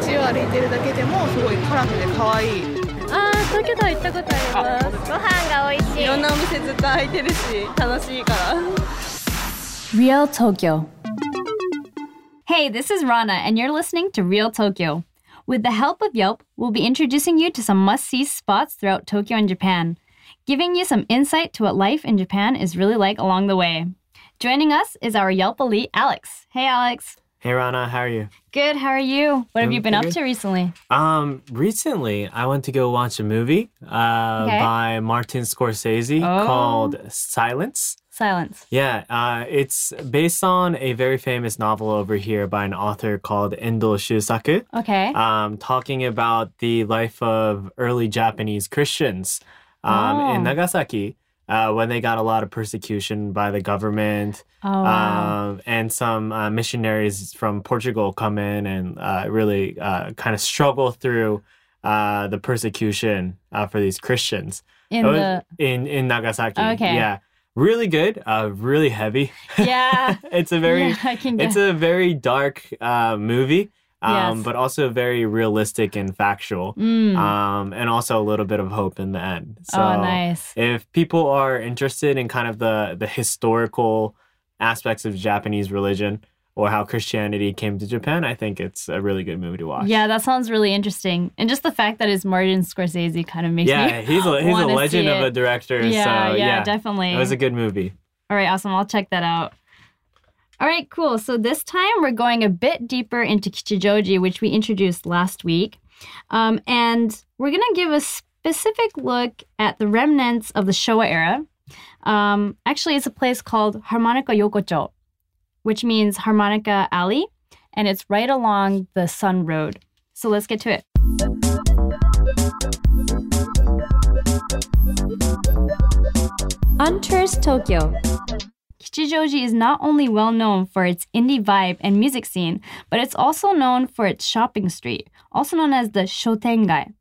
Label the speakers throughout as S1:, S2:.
S1: 街を歩いてるだけでもすごいカラフルで可愛い
S2: ああ東京タワー行ったことありますご飯が美味しい
S3: いろんなお店ずっと開いてるし楽しいから
S4: Real Tokyo. Hey, this is Rana, and you're listening to Real Tokyo. With the help of Yelp, we'll be introducing you to some must see spots throughout Tokyo and Japan, giving you some insight to what life in Japan is really like along the way. Joining us is our Yelp elite, Alex. Hey, Alex.
S5: Hey Rana, how are you?
S4: Good, how are you? What have
S5: I'm
S4: you been up
S5: good.
S4: to recently?
S5: Um, recently I went to go watch a movie uh,
S4: Okay.
S5: by Martin Scorsese
S4: Oh.
S5: called Silence.
S4: Silence.
S5: Yeah, uh, it's based on a very famous novel over here by an author called Endo Shusaku.
S4: Okay.
S5: Um, talking about the life of early Japanese Christians um,
S4: Oh.
S5: in Nagasaki uh, when they got a lot of persecution by the government.
S4: oh, wow.
S5: um, and some uh, missionaries from Portugal come in and uh, really uh, kind of struggle through uh, the persecution uh, for these Christians
S4: In
S5: It was-
S4: the. Oh,
S5: in in Nagasaki.
S4: Okay.
S5: Yeah, really good. Uh, really heavy.
S4: Yeah.
S5: it's a very
S4: yeah, I can
S5: it's a very dark uh, movie, um,
S4: Yes.
S5: but also very realistic and factual,
S4: Mm.
S5: um, and also a little bit of hope in the end. So,
S4: oh, nice.
S5: if people are interested in kind of the the historical aspects of Japanese religion or how Christianity came to Japan, I think it's a really good movie to watch.
S4: Yeah, that sounds really interesting. And just the fact that it's Martin Scorsese kind of makes
S5: yeah,
S4: me.
S5: he's a, he's a
S4: wanna see
S5: legend of a
S4: it.
S5: director.
S4: yeah,
S5: so,
S4: yeah,
S5: yeah,
S4: definitely.
S5: it was a good movie.
S4: All right, awesome. I'll check that out. All right, cool. So this time we're going a bit deeper into Kichijoji, which we introduced last week. Um, and we're going to give a specific look at the remnants of the Showa era. Um, actually, it's a place called Harmonica Yokocho, which means Harmonica Alley, and it's right along the Sun Road. So let's get to it. Untours Tokyo. Kichijoji is not only well known for its indie vibe and music scene, but it's also known for its shopping street, also known as the Shotengai.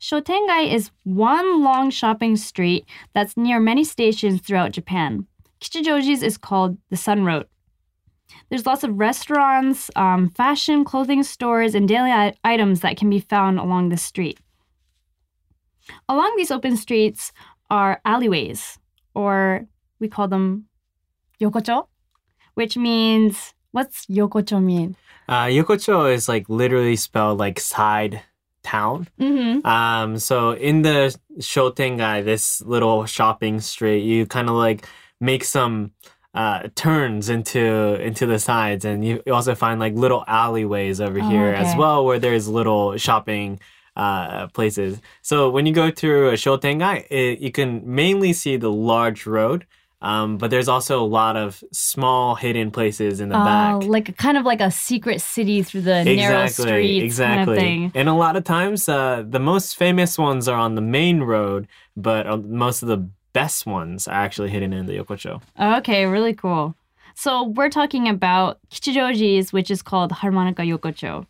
S4: Shotengai is one long shopping street that's near many stations throughout Japan. Kichijoji's is called the Sun Road. There's lots of restaurants, um, fashion, clothing stores, and daily i- items that can be found along the street. Along these open streets are alleyways, or we call them yokocho, which means what's yokocho mean?
S5: Uh, Yokocho is like literally spelled like side town.
S4: Mm-hmm.
S5: Um, so in the Shotengai, this little shopping street, you kind of like make some uh, turns into into the sides, and you you also find like little alleyways over
S4: Oh,
S5: here as
S4: okay.
S5: well, where there's little shopping uh, places. So when you go through a Shotengai, it, you can mainly see the large road, um, but there's also a lot of small hidden places in the
S4: Oh,
S5: back.
S4: like kind of like a secret city through the narrow streets
S5: Exactly.
S4: kind of thing.
S5: And a lot of times, uh, the most famous ones are on the main road, but uh, most of the best ones are actually hidden in the yokocho.
S4: Oh, Okay, really cool. So we're talking about Kichijoji's, which is called Harmonica Yokocho.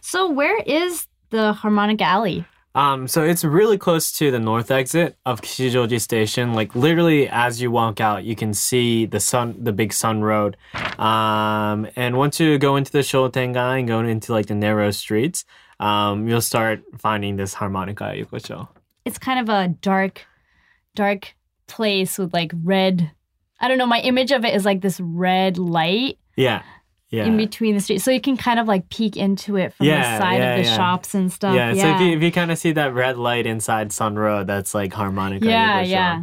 S4: So where is the Harmonica Alley?
S5: Um, so it's really close to the north exit of Kishijoji Station. Like literally, as you walk out, you can see the sun, the big sun road. Um, and once you go into the Shotengai and go into like the narrow streets, um, you'll start finding this harmonica yokocho.
S4: It's kind of a dark, dark place with like red. I don't know. My image of it is like this red light
S5: Yeah, yeah.
S4: in between the streets. So you can kind of like peek into it from the
S5: Yeah,
S4: side
S5: yeah,
S4: of the
S5: yeah.
S4: shops and stuff.
S5: yeah, so if you, if you kind of see that red light inside Sun Road, that's like harmonica.
S4: Yeah,
S5: Yokocho.
S4: yeah.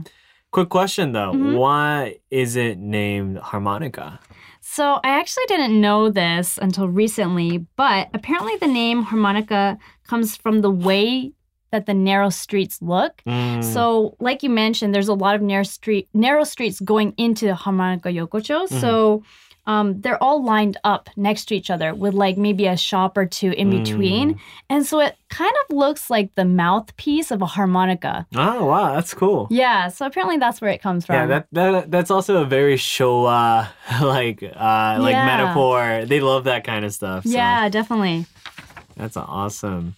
S5: Quick question though,
S4: Mhm.
S5: why is it named harmonica?
S4: So I actually didn't know this until recently, but apparently the name harmonica comes from the way that the narrow streets look.
S5: Mm,
S4: So, like you mentioned, there's a lot of narrow street narrow streets going into Harmonica Yokocho.
S5: Mm-hmm.
S4: So, um, they're all lined up next to each other with like maybe a shop or two in
S5: Mm.
S4: between, and so it kind of looks like the mouthpiece of a harmonica.
S5: oh wow, that's cool.
S4: Yeah. So apparently that's where it comes from.
S5: Yeah, that, that that's also a very Showa like uh like
S4: Yeah.
S5: metaphor. They love that kind of stuff. So
S4: yeah, definitely.
S5: that's awesome.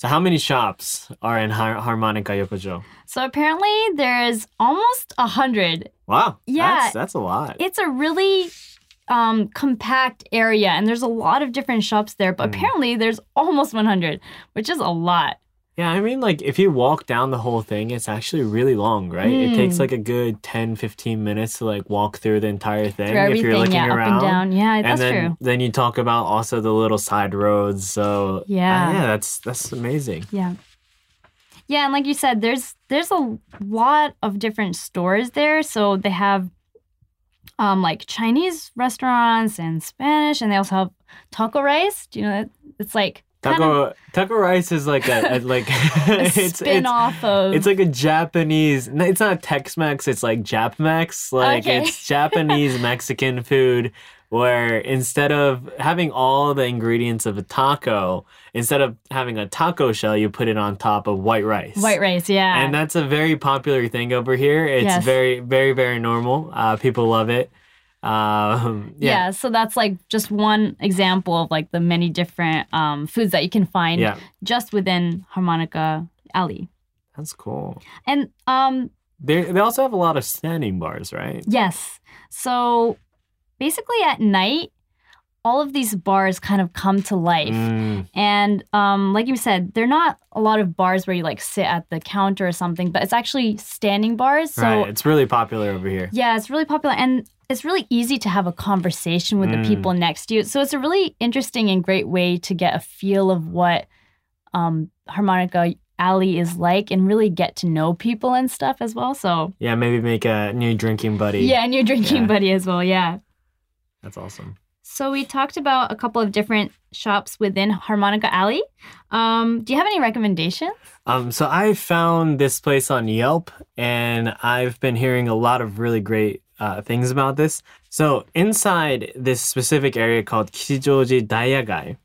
S5: So how many shops are in Har- harmonica yokojo?
S4: So apparently there's almost a hundred.
S5: Wow,
S4: Yeah.
S5: that's, that's a lot.
S4: It's a really um, compact area, and there's a lot of different shops there.
S5: Hmm.
S4: But apparently, there's almost 100, which is a lot.
S5: Yeah, I mean, like, if you walk down the whole thing, it's actually really long, right? It takes
S4: Hmm.
S5: like a good 10, 15 minutes to like walk through the entire thing
S4: Through
S5: if you're
S4: everything,
S5: looking
S4: yeah, up
S5: around.
S4: and down. Yeah,
S5: and
S4: that's
S5: then,
S4: true.
S5: then you talk about also the little side roads. So uh,
S4: Yeah.
S5: yeah, that's that's amazing.
S4: Yeah. Yeah, and like you said, there's there's a lot of different stores there. So they have um like Chinese restaurants and Spanish, and they also have taco rice. Do you know that? It's like kind of
S5: Taco taco rice is like a, a- like
S4: a spin off of
S5: It's like a Japanese. no, It's not Tex-Mex. It's like Jap-Mex. Like
S4: Okay.
S5: it's Japanese Mexican food, where instead of having all the ingredients of a taco, instead of having a taco shell, you put it on top of white rice.
S4: white rice, yeah.
S5: And that's a very popular thing over here. It's
S4: Yes.
S5: very, very, very normal. Uh, people love it. Um,
S4: yeah.
S5: yeah.
S4: so that's like just one example of like the many different um, foods that you can find
S5: Yeah.
S4: just within Harmonica Alley.
S5: That's cool.
S4: And um,
S5: They they also have a lot of standing bars, right?
S4: Yes. So basically, at night, all of these bars kind of come to life.
S5: Mm,
S4: And um, like you said, they're not a lot of bars where you like sit at the counter or something, but it's actually standing bars. So
S5: right. It's really popular over here.
S4: yeah, it's really popular and it's really easy to have a conversation with
S5: Mm.
S4: the people next to you. So it's a really interesting and great way to get a feel of what um, Harmonica Alley is like and really get to know people and stuff as well. So
S5: Yeah, maybe make a new drinking buddy.
S4: yeah, and your drinking
S5: Yeah.
S4: buddy as well. Yeah.
S5: That's awesome.
S4: So we talked about a couple of different shops within Harmonica Alley. Um, do you have any recommendations?
S5: Um, so I found this place on Yelp, and I've been hearing a lot of really great uh, things about this. So inside this specific area called Kishijoji Dayagai,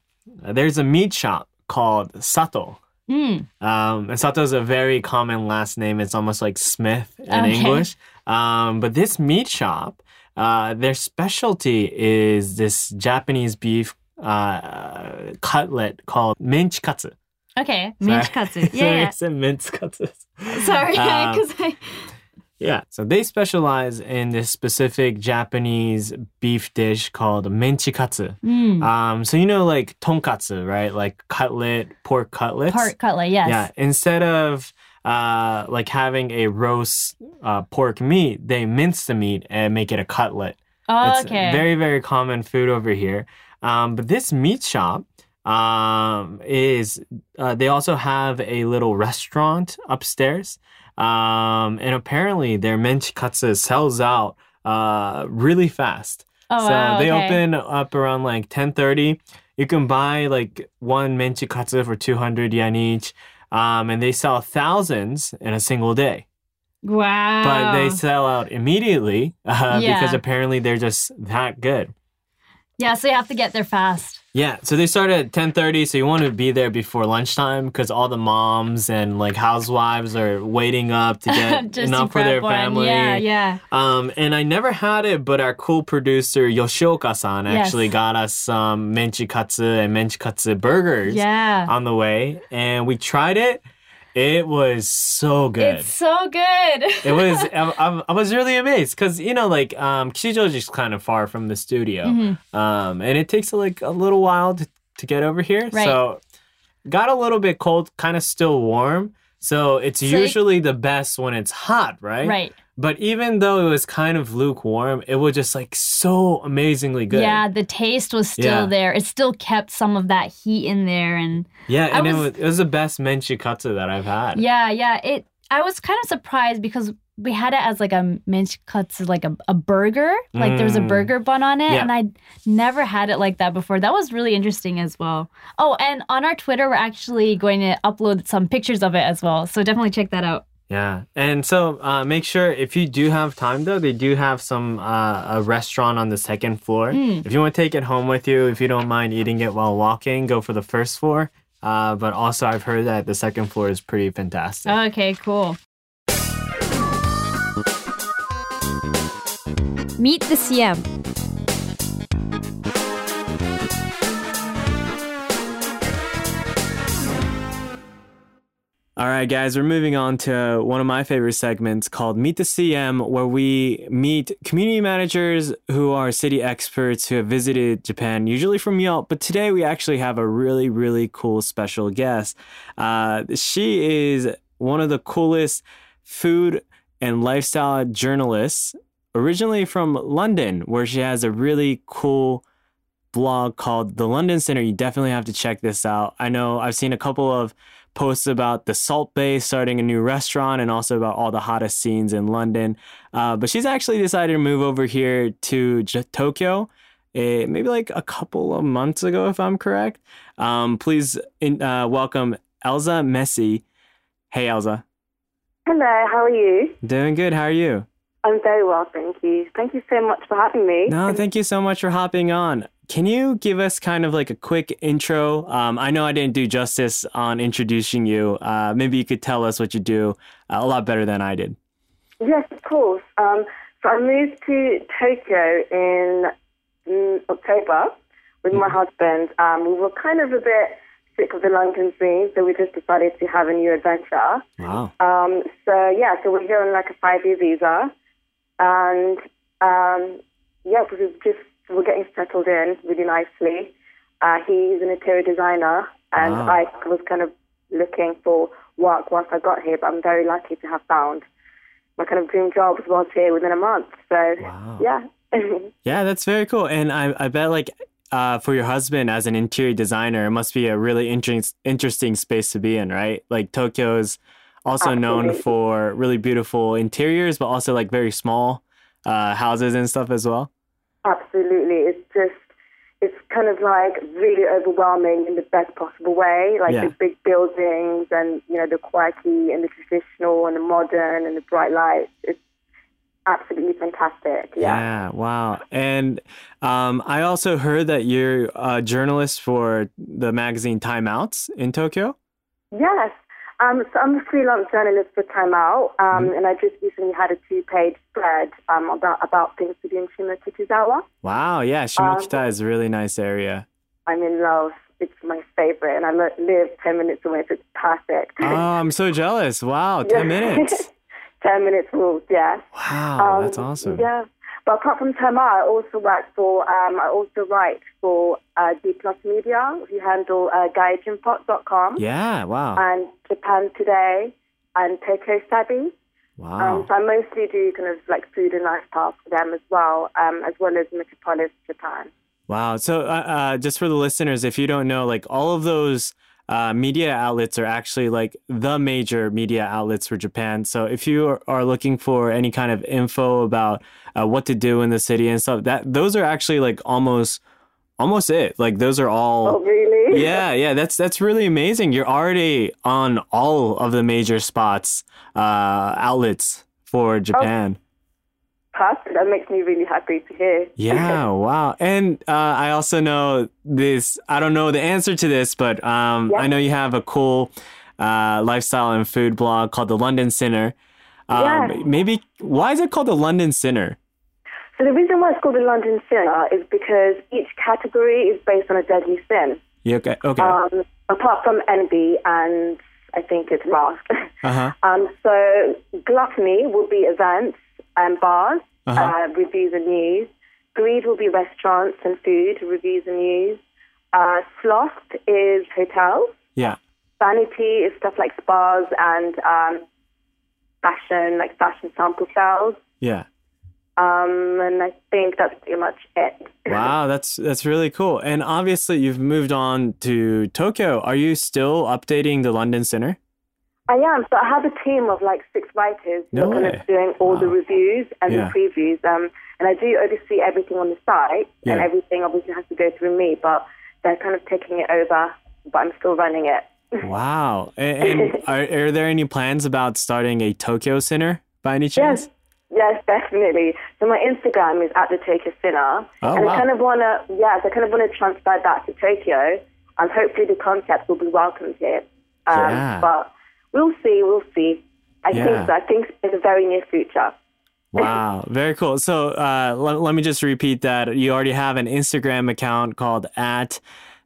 S5: uh, there's a meat shop called Sato.
S4: Mm,
S5: Um, and Sato is a very common last name. It's almost like Smith in
S4: Okay.
S5: English. Um, but this meat shop, uh, their specialty is this Japanese beef uh, cutlet called minchikatsu.
S4: okay,
S5: Sorry.
S4: minchikatsu.
S5: Sorry, I
S4: Yeah,
S5: said mince cutters.
S4: yeah. Sorry,
S5: Um,
S4: because I.
S5: yeah. So they specialize in this specific Japanese beef dish called menchikatsu.
S4: Mm,
S5: Um, so you know, like tonkatsu, right? Like cutlet, pork cutlets.
S4: pork cutlet. Yes.
S5: Yeah. Instead of uh, like having a roast uh, pork meat, they mince the meat and make it a cutlet.
S4: Oh,
S5: It's
S4: okay.
S5: very, very common food over here. Um, but this meat shop um, is, uh, they also have a little restaurant upstairs. Um, and apparently their menchikatsu sells out uh, really fast.
S4: oh,
S5: so
S4: wow,
S5: they
S4: okay.
S5: open up around like 10.30. You can buy like one menchikatsu for 200 yen each. Um, and they sell thousands in a single day
S4: Wow.
S5: but they sell out immediately uh,
S4: Oh. Yeah.
S5: because apparently they're just that good.
S4: yeah, so you have to get there fast.
S5: Yeah, so they start at 10:30, so you want to be there before lunchtime because all the moms and like housewives are waiting up to get
S4: Just
S5: enough
S4: to
S5: for their
S4: grab one.
S5: family.
S4: Yeah, yeah.
S5: Um, and I never had it, but our cool producer Yoshioka-san
S4: Yes.
S5: actually got us some menchikatsu and menchikatsu burgers
S4: Yeah.
S5: on the way, and we tried it. It was so good.
S4: It's so good.
S5: it was I, I, I was really amazed because you know like um Kishijoji is kind of far from the studio
S4: Mhm.
S5: um and it takes like a little while to, to get over here
S4: Right.
S5: so got a little bit cold kind of still warm so it's
S4: So it-
S5: usually the best when it's hot right
S4: right.
S5: but even though it was kind of lukewarm it was just like so amazingly good
S4: Yeah, the taste was still
S5: Yeah.
S4: there. It still kept some of that heat in there and
S5: yeah
S4: I
S5: and
S4: was-
S5: it, was, it was the best menchikatsu that I've had
S4: Yeah, yeah. It. I was kind of surprised because we had it as like a minchikatsu, like a, a burger. Like there was a
S5: Mm.
S4: burger bun on it,
S5: Yeah.
S4: and I never had it like that before. That was really interesting as well. Oh, and on our Twitter, we're actually going to upload some pictures of it as well. So definitely check that out.
S5: Yeah, and so uh, make sure if you do have time though, they do have some uh, a restaurant on the second floor.
S4: Mm.
S5: If you want to take it home with you, if you don't mind eating it while walking, go for the first floor. Uh, but also, I've heard that the second floor is pretty fantastic.
S4: Okay, cool.
S3: Meet the CM.
S5: Uh, All right, guys, we're moving on to one of my favorite segments called Meet the CM, where we meet community managers who are city experts who have visited Japan, usually from Yelp. But today we actually have a really, really cool special guest. Uh, she is one of the coolest food and lifestyle journalists, originally from London, where she has a really cool blog called The London Center. You definitely have to check this out. I know I've seen a couple of posts about the Salt Bay starting a new restaurant and also about all the hottest scenes in London. Uh, but she's actually decided to move over here to J- Tokyo. eh, maybe like a couple of months ago, if I'm correct. Um, please in, uh, welcome Elza Messi. Hey, Elza.
S6: Hello, how are you?
S5: Doing good. How are you?
S6: I'm very well, thank you. Thank you so much for having me.
S5: No, thank you so much for hopping on. Can you give us kind of like a quick intro? Um, I know I didn't do justice on introducing you. Uh, maybe you could tell us what you do uh, a lot better than I did.
S6: Yes, of course. Um, so I moved to Tokyo in mm, October with my husband. Um, we were kind of a bit sick of the London scene, so we just decided to have a new adventure.
S5: Wow.
S6: Um, so yeah, so we're here on like a five-year visa, and um, yeah, we we've just we're getting settled in really nicely. Uh, he's an interior designer, and
S5: Wow.
S6: I was kind of looking for work once I got here, but I'm very lucky to have found my kind of dream job whilst here within a month. So
S5: Wow.
S6: yeah,
S5: Yeah, that's very cool. And I, I bet like uh, for your husband as an interior designer, it must be a really interest, interesting space to be in, right? Like Tokyo is also known
S6: Absolutely.
S5: for really beautiful interiors, but also like very small uh, houses and stuff as well.
S6: absolutely. It's just it's kind of like really overwhelming in the best possible way, like
S5: Yeah.
S6: the big buildings and you know the quirky and the traditional and the modern and the bright lights. It's absolutely fantastic. Yeah.
S5: Yeah, wow. And um, I also heard that you're a journalist for the magazine Timeouts in Tokyo.
S6: Yes. Um, so I'm a freelance journalist for Time Out, um, and I just recently had a two-page spread um, about about things to do in Shimokichizawa.
S5: Wow,
S6: Um,
S5: yeah, Shimokita is a really nice area.
S6: I'm in love. It's my favorite, and I lo- live ten minutes away, so it's perfect.
S5: Oh, I'm so jealous. Wow, 10 minutes.
S6: ten minutes rules. Yes.
S5: Wow, that's
S6: Um,
S5: awesome.
S6: Yeah. But apart from Tema, I also work for, um, I also write for uh, D Plus Media, who handle uh, gaijinpot.com
S5: Yeah, wow.
S6: and Japan Today and Tokyo Sabi. Um,
S5: Wow.
S6: so I mostly do kind of like food and lifestyle for them as well, um, as well as Metropolis Japan.
S5: Wow. So, uh, uh, just for the listeners, if you don't know, like all of those uh, media outlets are actually like the major media outlets for Japan. So, if you are, are looking for any kind of info about uh, what to do in the city and stuff, that those are actually like almost, almost it. Like those are all.
S6: Oh, really?
S5: yeah, yeah, that's that's really amazing. You're already on all of the major spots, uh, outlets
S6: Oh,
S5: for Japan.
S6: Perfect. That makes me really happy to hear.
S5: Yeah, wow. And uh, I also know this, I don't know the answer to this, but um, I know you have a cool uh, lifestyle and food blog called The London Sinner. Um,
S6: Yes.
S5: Maybe, why is it called The London Sinner?
S6: So the reason why it's called the London Sin uh, is because each category is based on a deadly sin.
S5: You okay? Okay.
S6: um, apart from envy and I think it's wrath.
S5: Uh-huh.
S6: um, so gluttony will be events and bars, uh
S5: Uh-huh.
S6: reviews and news. Greed will be restaurants and food, reviews and news. Uh, sloth is hotels.
S5: yeah.
S6: Vanity is stuff like spas and um, fashion, like fashion sample sales.
S5: Yeah.
S6: Um, and I think that's pretty much it.
S5: Wow, that's that's really cool. And obviously, you've moved on to Tokyo. Are you still updating the London Center?
S6: I am. So I have a team of like six writers who
S5: No
S6: are kind
S5: way.
S6: of doing all the
S5: Wow.
S6: reviews and
S5: Yeah.
S6: the previews. Um, and I do oversee everything on the site, and
S5: Yeah.
S6: everything obviously has to go through me, but they're kind of taking it over, but I'm still running it.
S5: Wow. And, and are, are there any plans about starting a Tokyo Center by any chance?
S6: Yes, yes, definitely. So my Instagram is at the Tokyo Sinner,
S5: Oh,
S6: and
S5: wow.
S6: I kind of wanna, yes, I kind of wanna transfer that to Tokyo, and hopefully the concept will be welcomed here. Um,
S5: Yeah.
S6: But we'll see, we'll see. I
S5: Yeah.
S6: think so. I think in the very near future.
S5: Wow, very cool. So uh, let, let me just repeat that. You already have an Instagram account called at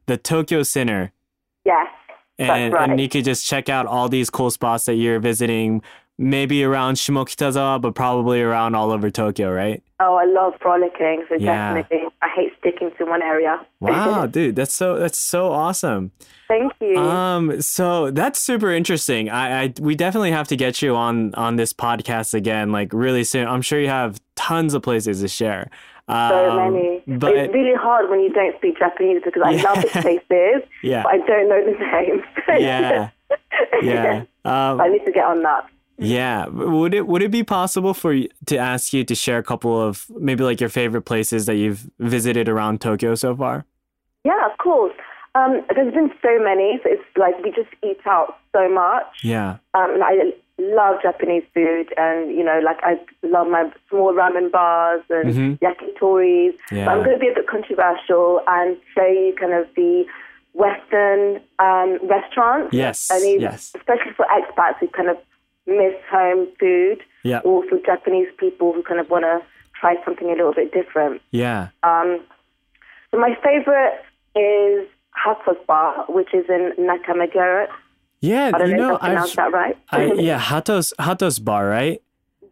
S5: the Tokyo Center.
S6: Yes.
S5: and,
S6: That's
S5: and
S6: right.
S5: you could just check out all these cool spots that you're visiting, maybe around Shimokitazawa, but probably around all over Tokyo, right?
S6: Oh, I love frolicking, so
S5: Yeah.
S6: definitely. I hate sticking to one area.
S5: Wow, dude, that's so that's so awesome.
S6: Thank you.
S5: Um, so that's super interesting. I, I we definitely have to get you on on this podcast again, like really soon. I'm sure you have tons of places to share. Um,
S6: so many. But
S5: but
S6: it's really hard when you don't speak Japanese because I love the places,
S5: yeah,
S6: but I don't know the names.
S5: yeah, yeah. Um,
S6: I need to get on that.
S5: Yeah, would it would it be possible for you to ask you to share a couple of maybe like your favorite places that you've visited around Tokyo so far?
S6: Yeah, of course. Um, there's been so many. So it's like we just eat out so much.
S5: Yeah,
S6: Um, and I love Japanese food, and you know, like I love my small ramen bars
S5: Mhm.
S6: and yakitoris. But I'm
S5: Yeah.
S6: going to be a bit controversial and say kind of the Western um, restaurants.
S5: Yes,
S6: I mean,
S5: yes.
S6: especially for expats who kind of miss home food,
S5: yeah,
S6: or for Japanese people who kind of want to try something a little bit different.
S5: yeah.
S6: Um, so my favorite is Hakos Bar, which is in Nakamagera.
S5: Yeah,
S6: I don't
S5: you
S6: know,
S5: know,
S6: if I pronounced that right.
S5: I, yeah, Hatos Hatos Bar, right?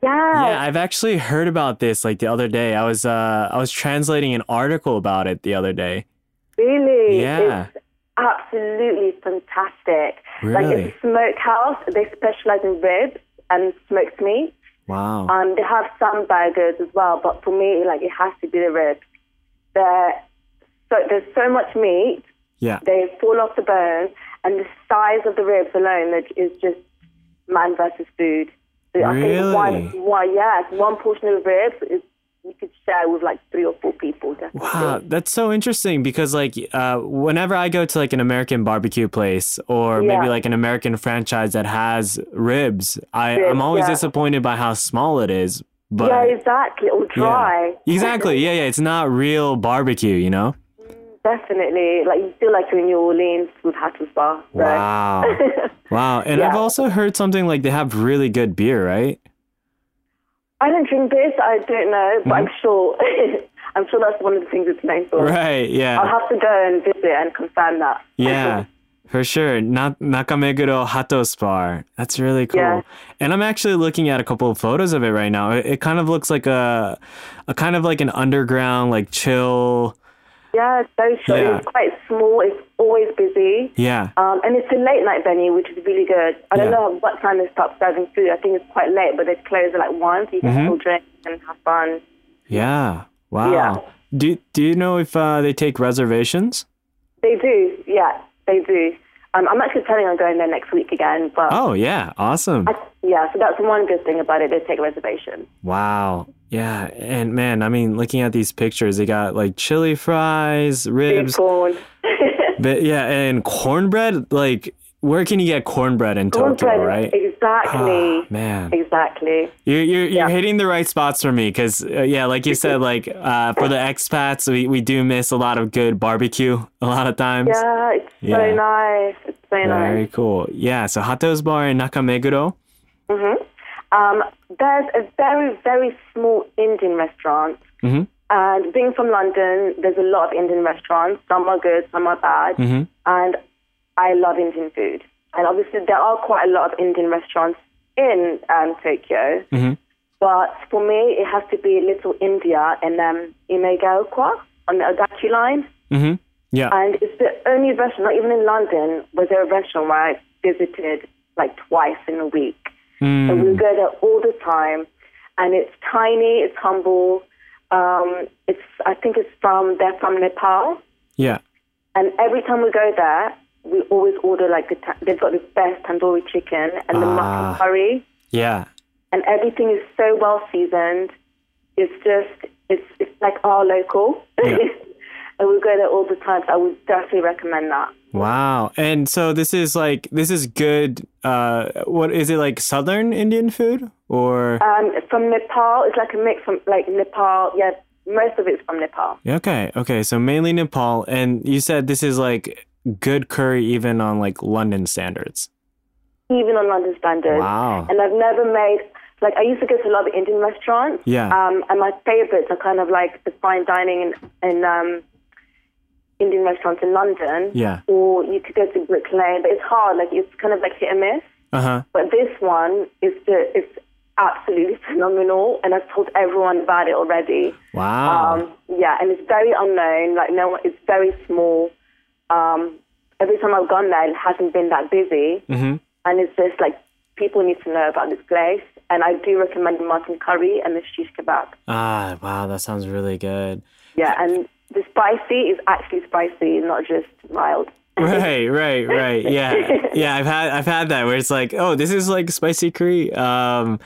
S6: yeah.
S5: Yeah, I've actually heard about this like the other day. I was uh I was translating an article about it the other day.
S6: Really?
S5: Yeah.
S6: It's absolutely fantastic. Like
S5: Really?
S6: it's a smokehouse. They specialize in ribs and smoked meat.
S5: Wow.
S6: Um, they have some burgers as well, but for me, like it has to be the ribs. They're, so there's so much meat.
S5: Yeah.
S6: They fall off the bone, and the size of the ribs alone like, is just man versus food. So I
S5: Really?
S6: think one, one, yes, one portion of ribs is you could share with like three or four people. Definitely.
S5: Wow, that's so interesting because like uh, whenever I go to like an American barbecue place or maybe
S6: Yeah.
S5: like an American franchise that has ribs, I,
S6: Ribs,
S5: I'm always
S6: yeah.
S5: disappointed by how small it is. But
S6: yeah, exactly. Or
S5: yeah.
S6: dry.
S5: Exactly. Yeah, yeah. It's not real barbecue, you know?
S6: Definitely. Like you feel like you're in New Orleans with Hattles Bar. So.
S5: Wow. wow. And I've
S6: Yeah.
S5: also heard something like they have really good beer, right?
S6: I don't drink beer, so I don't know, but I'm sure. I'm sure that's one of the things it's known for.
S5: Mm-hmm. Right. Yeah.
S6: I'll have to go and visit and confirm that.
S5: Yeah, for sure. Na- Nakameguro Hatos Bar. That's really cool.
S6: Yeah.
S5: And I'm actually looking at a couple of photos of it right now. It, it kind of looks like a, a kind of like an underground, like chill.
S6: yeah, it's so short.
S5: Yeah.
S6: It's quite small. It's always busy.
S5: Yeah.
S6: Um, and it's a late night venue, which is really good. I don't
S5: Yeah.
S6: know what time they stop serving food. I think it's quite late, but they close at like one, so you can
S5: Mm-hmm.
S6: still drink and have fun.
S5: Yeah. Wow.
S6: Yeah.
S5: Do Do you know if uh, they take reservations?
S6: They do, yeah, they do. Um, I'm actually planning on going there next week again, but
S5: Oh yeah, awesome.
S6: I, yeah, so that's one good thing about it. They take reservations.
S5: Wow. Yeah, and man, I mean, looking at these pictures, they got like chili fries, ribs,
S6: Corn.
S5: but yeah, and cornbread. Like, where can you get cornbread in Tokyo,
S6: Cornbread,
S5: right?
S6: Exactly.
S5: Ah, man,
S6: Exactly.
S5: You're you're, you're
S6: Yeah.
S5: hitting the right spots for me because uh, yeah, like you said, like uh, for the expats, we, we do miss a lot of good barbecue a lot of times.
S6: Yeah, it's
S5: Yeah.
S6: so nice. It's so
S5: Very
S6: nice.
S5: cool. Yeah, so Hato's Bar in Nakameguro.
S6: Um, there's a very, very small Indian restaurant.
S5: Mhm.
S6: And being from London, there's a lot of Indian restaurants. Some are good, some are bad.
S5: Mhm.
S6: And I love Indian food. And obviously, there are quite a lot of Indian restaurants in um, Tokyo.
S5: Mhm.
S6: But for me, it has to be Little India in um, Imegaokwa on the Odachi line.
S5: hmm Yeah.
S6: And it's the only restaurant, not even in London, was there a restaurant where I visited like twice in a week. And we
S5: Mm.
S6: go there all the time. And it's tiny, it's humble. Um, it's I think it's from they're from Nepal.
S5: Yeah.
S6: And every time we go there, we always order like the ta- they've got the best tandoori chicken and the
S5: Ah.
S6: mutton curry
S5: Yeah.
S6: and everything is so well seasoned. It's just it's it's like our local,
S5: Yeah.
S6: and we go there all the time. So I would definitely recommend that.
S5: Wow. And so this is like this is good. Uh, what is it like? Southern Indian food or
S6: Um, from Nepal, it's like a mix from like Nepal. Yeah, most of it's from Nepal.
S5: okay, okay. So mainly Nepal, and you said this is like good curry even on like London standards.
S6: even on London standards.
S5: Wow.
S6: And I've never made like I used to go to a lot of Indian restaurants.
S5: Yeah.
S6: Um, and my favorites are kind of like the fine dining in in um, Indian restaurants in London.
S5: Yeah.
S6: Or you could go to Brick Lane, but it's hard. Like it's kind of like hit and miss.
S5: Uh huh.
S6: But this one is the is absolutely phenomenal, and I've told everyone about it already.
S5: Wow.
S6: Um, yeah, and it's very unknown. Like no, one- it's very small. Um, every time I've gone there, it hasn't been that busy,
S5: mm-hmm.
S6: and it's just like people need to know about this place. And I do recommend the mutton curry and the shish kebab.
S5: Ah, wow. That sounds really good.
S6: Yeah, and the spicy is actually spicy, not just mild.
S5: right, right, right. Yeah, yeah. I've had I've had that where it's like, oh, this is like spicy curry. Um,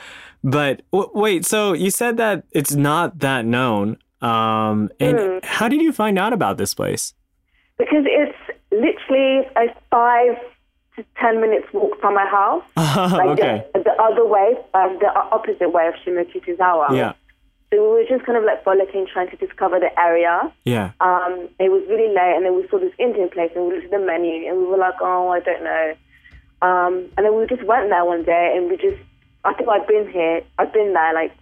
S5: but w- wait, so you said that it's not that known. Um, and how did you find out about this place?
S6: Because it's literally a five to ten minutes walk from my house. Like
S5: Ah, okay.
S6: the, the other way, um, the o- opposite way of Shimokitazawa.
S5: Yeah,
S6: So we were just kind of like bollocking, trying to discover the area.
S5: yeah.
S6: Um, it was really late, and then we saw this Indian place, and we looked at the menu, and we were like, oh, I don't know. Um, and then we just went there one day, and we just, I think I've been here, I've been there like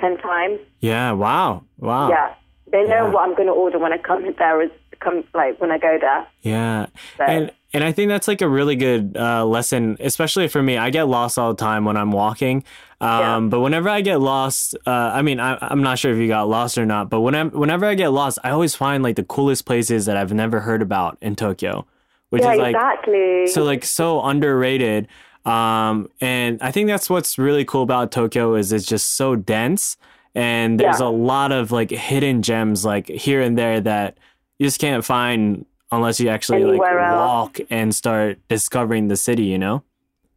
S6: 10 times.
S5: Yeah. Wow. Wow.
S6: Yeah. They know
S5: Ah. Yeah.
S6: what I'm going to order when I come there, is come like when I go there.
S5: Yeah. And and I think that's like a really good uh, lesson, especially for me. I get lost all the time when I'm walking. Um, But whenever I get lost, uh, I mean, I, I'm not sure if you got lost or not, but when I'm, whenever I get lost, I always find like the coolest places that I've never heard about in Tokyo, which
S6: Yeah,
S5: is like
S6: exactly.
S5: so like so underrated um and i think that's what's really cool about tokyo is it's just so dense and there's
S6: Yeah.
S5: a lot of like hidden gems like here and there that you just can't find unless you actually like
S6: Anywhere else.
S5: walk and start discovering the city you know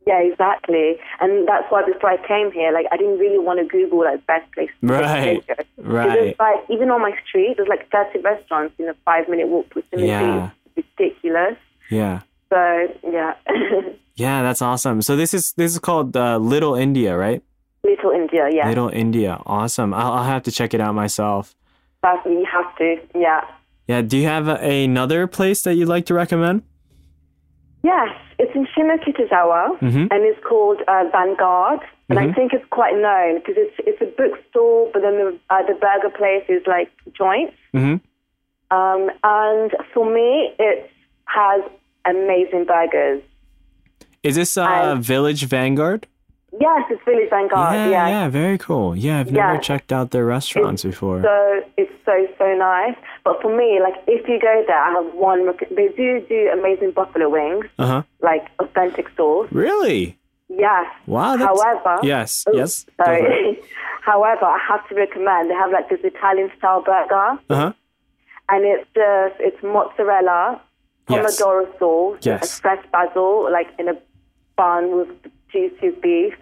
S6: yeah, exactly. And that's why before I came here, like I didn't really want to Google like best place. to go to
S5: Right,
S6: Tokyo. 'Cause
S5: right.
S6: It's like even on my street, there's like 30 restaurants in a five minute walk within the
S5: Yeah.
S6: street. It's ridiculous.
S5: yeah
S6: So yeah,
S5: yeah that's awesome so this is this is called uh, little india right
S6: Little India. Yeah,
S5: little india awesome I'll, I'll have to check it out myself
S6: That's- you have to. Yeah.
S5: yeah do you have a, another place that you'd like to recommend
S6: Yes, it's in Shimokitazawa,
S5: Mhm.
S6: and it's called uh, Vanguard. And
S5: Mm-hmm.
S6: I think it's quite known because it's it's a bookstore, but then the uh, the burger place is like joints.
S5: mm-hmm
S6: Um, and for me, it has amazing burgers.
S5: Is this uh,
S6: I-
S5: Village Vanguard?
S6: Yes, it's Village Vanguard.
S5: yeah,
S6: yeah.
S5: yeah, very cool. Yeah, I've
S6: Yeah.
S5: never checked out their restaurants before.
S6: So it's so so nice. But for me, like if you go there, I have one. rec- They do do amazing buffalo wings,
S5: uh huh.
S6: like authentic sauce.
S5: Really?
S6: Yes.
S5: Wow. That's,
S6: However,
S5: Yes.
S6: Oh,
S5: yes.
S6: Sorry. However, I have to recommend they have like this Italian style burger,
S5: Uh huh.
S6: and it's just it's mozzarella,
S5: Yes.
S6: pomodoro sauce,
S5: Yes.
S6: and fresh basil, like in a bun with juicy beef,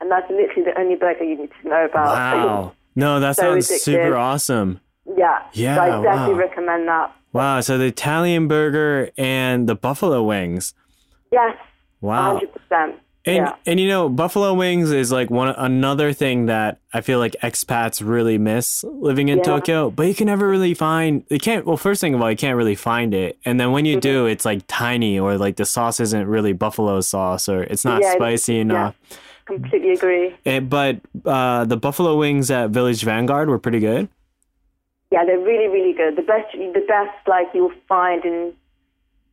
S6: and that's literally the only burger you need to know about.
S5: Wow. No, that
S6: So
S5: sounds super
S6: addictive.
S5: awesome.
S6: yeah.
S5: Yeah,
S6: So I definitely
S5: wow.
S6: recommend that.
S5: Wow. So the Italian burger and the buffalo wings.
S6: Yes.
S5: Wow.
S6: Hundred percent.
S5: And
S6: Yeah.
S5: and you know, buffalo wings is like one another thing that I feel like expats really miss living in
S6: Yeah.
S5: Tokyo. But you can never really find you can't well first thing of all, you can't really find it. And then when
S6: Mm-hmm.
S5: you do, it's like tiny or like the sauce isn't really buffalo sauce or it's not
S6: Yeah,
S5: spicy enough.
S6: Completely agree.
S5: Eh, but uh, the buffalo wings at Village Vanguard were pretty good.
S6: Yeah, they're really, really good. The best, the best like you'll find in.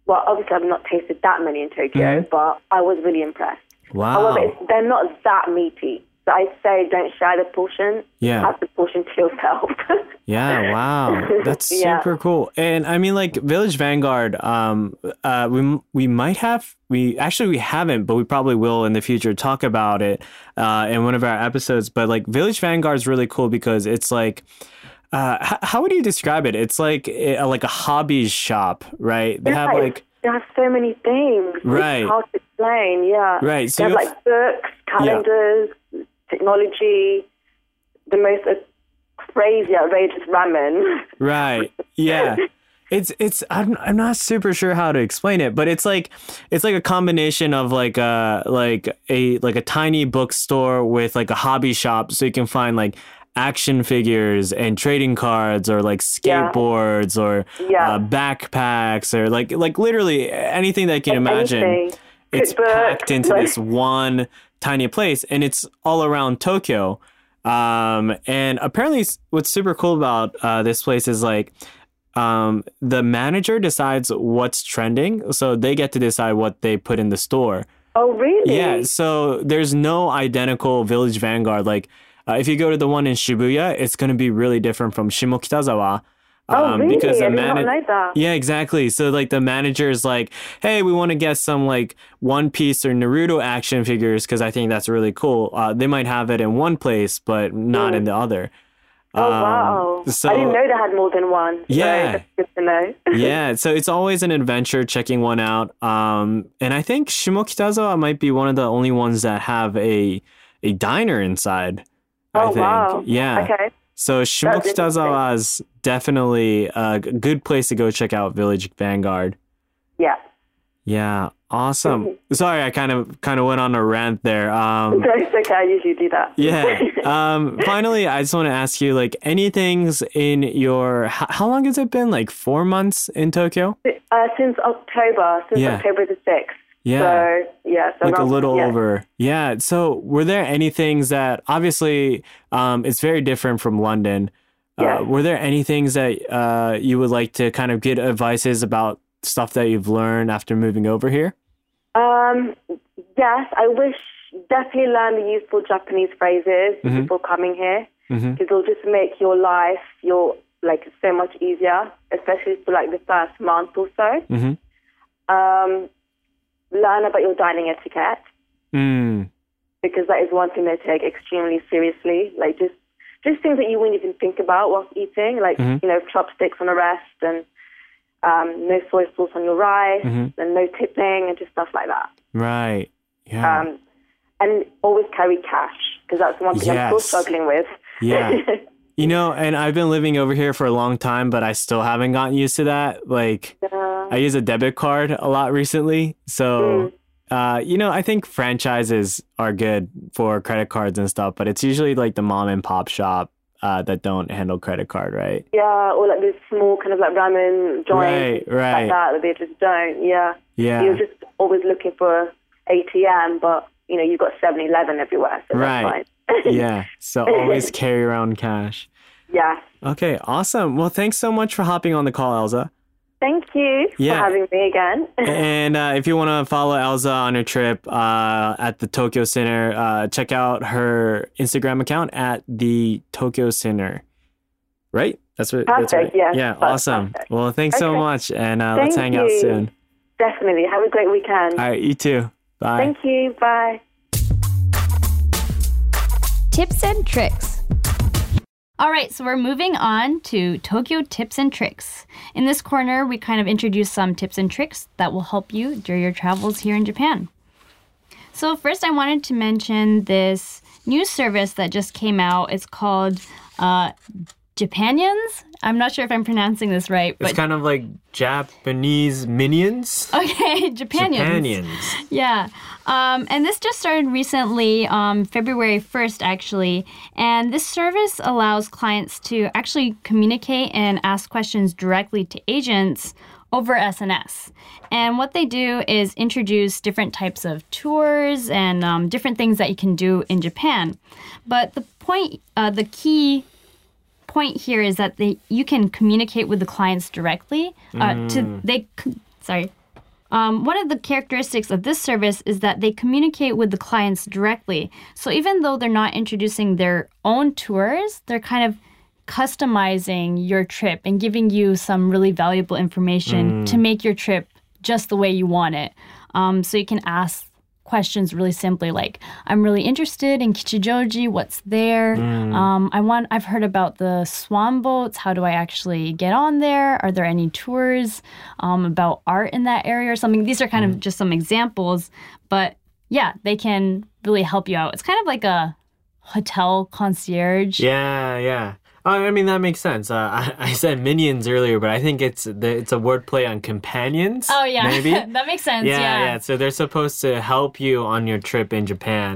S6: Well, obviously, I've not tasted that many in Tokyo,
S5: Mhm.
S6: but I was really impressed. However,
S5: Wow.
S6: it's, they're not that meaty, so I'd say don't share the portion.
S5: Yeah.
S6: have the portion to yourself.
S5: Yeah, wow. That's
S6: Yeah.
S5: super cool. And I mean like Village Vanguard um uh we we might have we actually we haven't but we probably will in the future talk about it uh in one of our episodes but like Village Vanguard is really cool because it's like uh h- how would you describe it? It's like uh, like a hobby shop, right? They have
S6: Yeah,
S5: like
S6: they have so many things.
S5: Right.
S6: It's hard to explain. Yeah.
S5: Right, so
S6: they have
S5: you'll-
S6: like books, calendars, technology, the most uh, crazy, outrageous ramen.
S5: Right. Yeah. It's it's I'm I'm not super sure how to explain it, but it's like it's like a combination of like a like a like a tiny bookstore with like a hobby shop so you can find like action figures and trading cards or like
S6: Yeah.
S5: skateboards or
S6: Yeah.
S5: uh, backpacks or like like literally anything that you can imagine
S6: Anything.
S5: it's
S6: Cookbook,
S5: packed into
S6: like-
S5: this one tiny place and it's all around tokyo um, and apparently s- what's super cool about uh, this place is like um, the manager decides what's trending, so they get to decide what they put in the store.
S6: Oh, really?
S5: Yeah, so there's no identical Village Vanguard. Like, uh, if you go to the one in Shibuya, it's going to be really different from Shimokitazawa. um,
S6: Oh, really? I did not
S5: mana-
S6: know that.
S5: yeah, exactly. So like the manager is like, "Hey, we want to get some like One Piece or Naruto action figures because I think that's really cool. Uh, they might have it in one place, but not in the other."
S6: Mm.
S5: Um,
S6: Oh, wow.
S5: So
S6: I didn't know they had more than one. so
S5: Yeah.
S6: that's good to know.
S5: yeah, so it's always an adventure checking one out. Um, and I think Shimokitazawa might be one of the only ones that have a a diner inside. I
S6: oh,
S5: think.
S6: wow.
S5: Yeah.
S6: Okay.
S5: So
S6: interesting.
S5: Shimokitazawa is definitely a g- good place to go check out Village Vanguard.
S6: Yeah.
S5: Yeah, awesome.
S6: Mm-hmm.
S5: Sorry, I kind of kind of went on a rant there. Um,
S6: No, it's okay. I usually do that.
S5: yeah. Um, finally, I just want to ask you, like, anything's in your? How, how long has it been? Like four months in Tokyo?
S6: uh, since October, since
S5: Yeah.
S6: October the 6th.
S5: Yeah.
S6: So, yeah. So
S5: like a
S6: around-
S5: little
S6: yeah.
S5: over. Yeah. So were there any things that obviously um, it's very different from London?
S6: Yeah.
S5: Uh, were there any things that uh, you would like to kind of get advices about stuff that you've learned after moving over here?
S6: Um, yes, I wish definitely learn the useful Japanese phrases before coming here.
S5: Mhm.
S6: It'll just make your life, your like so much easier, especially for like the first month or so.
S5: Mhm.
S6: Um, learn about your dining etiquette
S5: Mm.
S6: because that is one thing they take extremely seriously. Like just just things that you wouldn't even think about whilst eating, like you know chopsticks on a rest and um, no soy sauce on your rice and no tipping and just stuff like that.
S5: Right. Yeah.
S6: Um, and always carry cash because that's one thing I'm
S5: Yes.
S6: still struggling with.
S5: Yeah. you know, and I've been living over here for a long time, but I still haven't gotten used to that. Like,
S6: Uh,
S5: I use a debit card a lot recently. So, uh, you know, I think franchises are good for credit cards and stuff, but it's usually like the mom and pop shop uh, that don't handle credit card, right?
S6: yeah, or like these small kind of like ramen joints
S5: Right, right.
S6: like that that they just don't. Yeah.
S5: Yeah.
S6: you're just always looking for ATM, but you know you've got 7-Eleven everywhere, so
S5: Right.
S6: that's fine.
S5: Yeah. So always carry around cash.
S6: yeah.
S5: Okay. Awesome. Well, thanks so much for hopping on the call, Elsa.
S6: Thank you
S5: Yeah.
S6: for having me again.
S5: And uh, if you want to follow Elsa on her trip uh, at the Tokyo Center, uh, check out her Instagram account at the Tokyo Center. Right? That's what. That's right.
S6: Perfect, yes,
S5: yeah.
S6: that's
S5: Awesome.
S6: perfect.
S5: Well, thanks so
S6: Okay.
S5: much, and uh, let's hang
S6: Thank
S5: out
S6: you.
S5: soon.
S6: Definitely. Have a great weekend.
S5: All right. You too. Bye.
S6: Thank you. Bye.
S2: Tips and tricks.
S4: All right, so we're moving on to Tokyo tips and tricks. In this corner, we kind of introduce some tips and tricks that will help you during your travels here in Japan. So, first, I wanted to mention this new service that just came out. It's called uh, Japanians. I'm not sure if I'm pronouncing this right, but
S5: kind of like Japanese minions.
S4: Oh, okay, Yeah. Um, and this just started recently, um, February 1st, actually. And this service allows clients to actually communicate and ask questions directly to agents over SNS. And what they do is introduce different types of tours and um, different things that you can do in Japan. But the point, uh, the key point here is that they, you can communicate with the clients directly uh, to they c- sorry um, one of the characteristics of this service is that they communicate with the clients directly. So even though they're not introducing their own tours, they're kind of customizing your trip and giving you some really valuable information to make your trip just the way you want it. Um, so you can ask questions really simply like i'm really interested in kichijoji what's there
S5: Mm.
S4: um, i want i've heard about the swan boats how do i actually get on there are there any tours um, about art in that area or something these are kind
S5: Mm.
S4: of just some examples but yeah they can really help you out it's kind of like a hotel concierge
S5: Yeah, yeah. Oh, I I mean that makes sense. Uh, I, I said minions earlier, but I think it's the, it's a wordplay on companions.
S4: oh yeah
S5: maybe
S4: that makes sense
S5: yeah, yeah,
S4: yeah,
S5: So they're supposed to help you on your trip in Japan.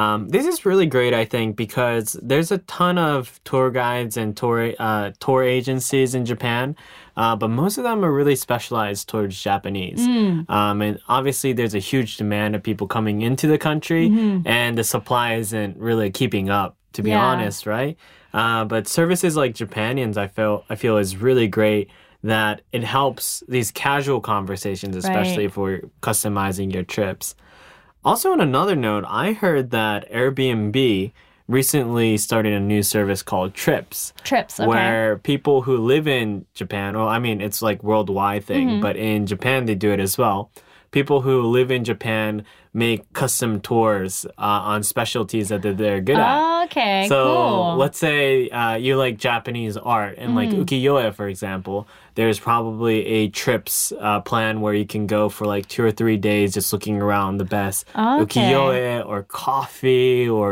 S5: Um, this is really great, I think, because there's a ton of tour guides and tour uh, tour agencies in Japan, uh, but most of them are really specialized towards Japanese.
S4: Hmm.
S5: Um, and obviously, there's a huge demand of people coming into the country, and the supply isn't really keeping up. To be
S4: Mm-hmm. Yeah.
S5: honest, right? Uh, but services like Japanians, I feel I feel is really great. that it helps these casual conversations, especially if we're customizing your trips. Also, on another note, I heard that Airbnb recently started a new service called Trips,
S4: Trips, okay.
S5: where people who live in Japan, well, I mean, it's like worldwide thing, but in Japan they do it as well. People who live in Japan make custom tours uh, on specialties that they're, they're good
S4: Ah,
S5: at.
S4: Okay,
S5: So
S4: cool. Mm-hmm.
S5: let's say uh, you like Japanese art, and like ukiyo-e, for example, there's probably a trips uh, plan where you can go for like two or three days, just looking around the best
S4: Okay.
S5: ukiyo-e or coffee or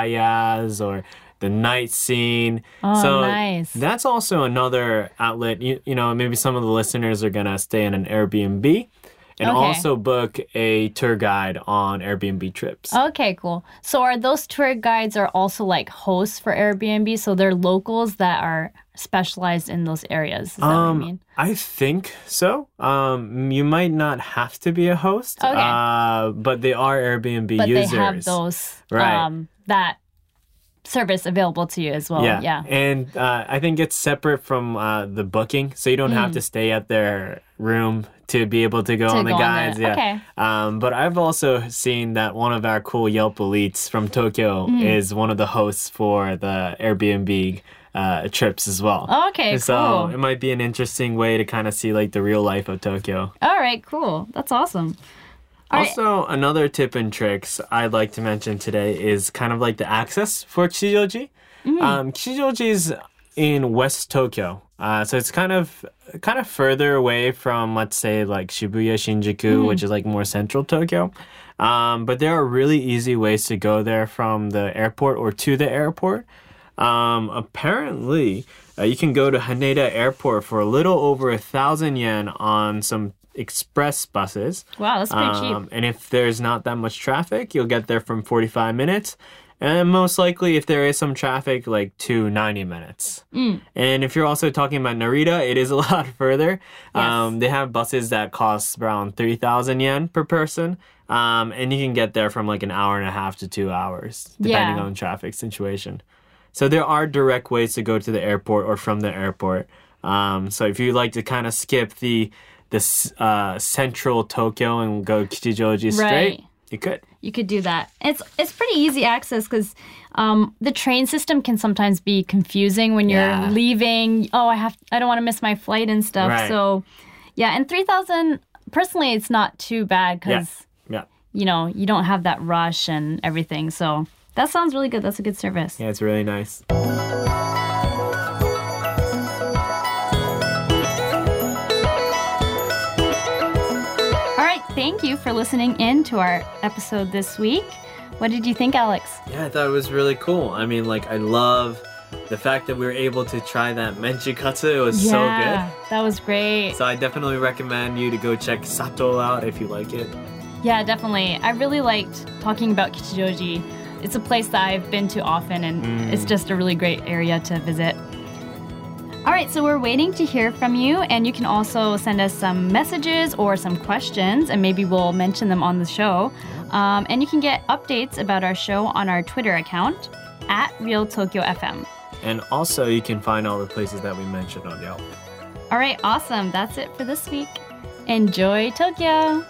S5: izakayas or the night scene.
S4: Oh,
S5: so
S4: nice.
S5: that's also another outlet. You, you know, maybe some of the listeners are gonna stay in an Airbnb. And
S4: Okay.
S5: also book a tour guide on Airbnb trips.
S4: Okay, cool. So are those tour guides are also like hosts for Airbnb? So they're locals that are specialized in those areas. Is that
S5: Um,
S4: what you mean?
S5: I think so. Um, you might not have to be a host,
S4: Okay.
S5: uh, but they are Airbnb
S4: But
S5: users.
S4: they have those
S5: Right.
S4: um that service available to you as well.
S5: Yeah.
S4: Yeah.
S5: And uh, I think it's separate from uh, the booking, so you don't have to stay at their room to be able to go
S4: Mm. To
S5: on the
S4: go on
S5: guides.
S4: the-
S5: yeah.
S4: okay.
S5: Um, but I've also seen that one of our cool Yelp elites from Tokyo
S4: Mm.
S5: is one of the hosts for the Airbnb uh, trips as well.
S4: Okay,
S5: so
S4: cool.
S5: it might be an interesting way to kind of see like the real life of Tokyo.
S4: All right, cool. That's awesome. All right.
S5: Also, another tip and tricks I'd like to mention today is kind of like the access for Kishijoji.
S4: Mm-hmm.
S5: Um, Kishijoji is in West Tokyo, uh, so it's kind of kind of further away from, let's say, like Shibuya, Shinjuku,
S4: Mm-hmm.
S5: which is like more central Tokyo. Um, but there are really easy ways to go there from the airport or to the airport. Um, apparently, uh, you can go to Haneda Airport for a little over a thousand yen on some express buses.
S4: Wow, that's pretty cheap.
S5: Um, and if there's not that much traffic, you'll get there from 45 minutes. And most likely, if there is some traffic, like to 90 minutes.
S4: Mm.
S5: And if you're also talking about Narita, it is a lot further. Um, they have buses that cost around 3,000 yen per person. Um, and you can get there from like an hour and a half to two hours, depending
S4: Yeah.
S5: on traffic situation. So there are direct ways to go to the airport or from the airport. Um, so if you like to kind of skip the the s- uh, central Tokyo and go Kichijoji straight,
S4: Right.
S5: you could.
S4: You could do that. It's it's pretty easy access because um, the train system can sometimes be confusing when you're
S5: Yeah.
S4: leaving. Oh, I have I don't want to miss my flight and stuff.
S5: Right.
S4: So, yeah, and three thousand personally, it's not too bad
S5: Yeah,
S4: because
S5: yeah,
S4: you know you don't have that rush and everything. So that sounds really good. That's a good service.
S5: yeah. It's really nice.
S4: All right, thank you for listening in to our episode this week. What did you think, Alex?
S5: Yeah, I thought it was really cool. I mean, like I love the fact that we were able to try that menchikatsu. It was so good.
S4: that was great.
S5: So I definitely recommend you to go check Sato out if you like it.
S4: Yeah, definitely. I really liked talking about Kichijoji. It's a place that I've been to often, and it's just a really great area to visit. All right, so we're waiting to hear from you, and you can also send us some messages or some questions, and maybe we'll mention them on the show. Um, and you can get updates about our show on our Twitter account at Real Tokyo FM.
S5: And also, you can find all the places that we mentioned on Yelp.
S4: All right, awesome. That's it for this week. Enjoy Tokyo.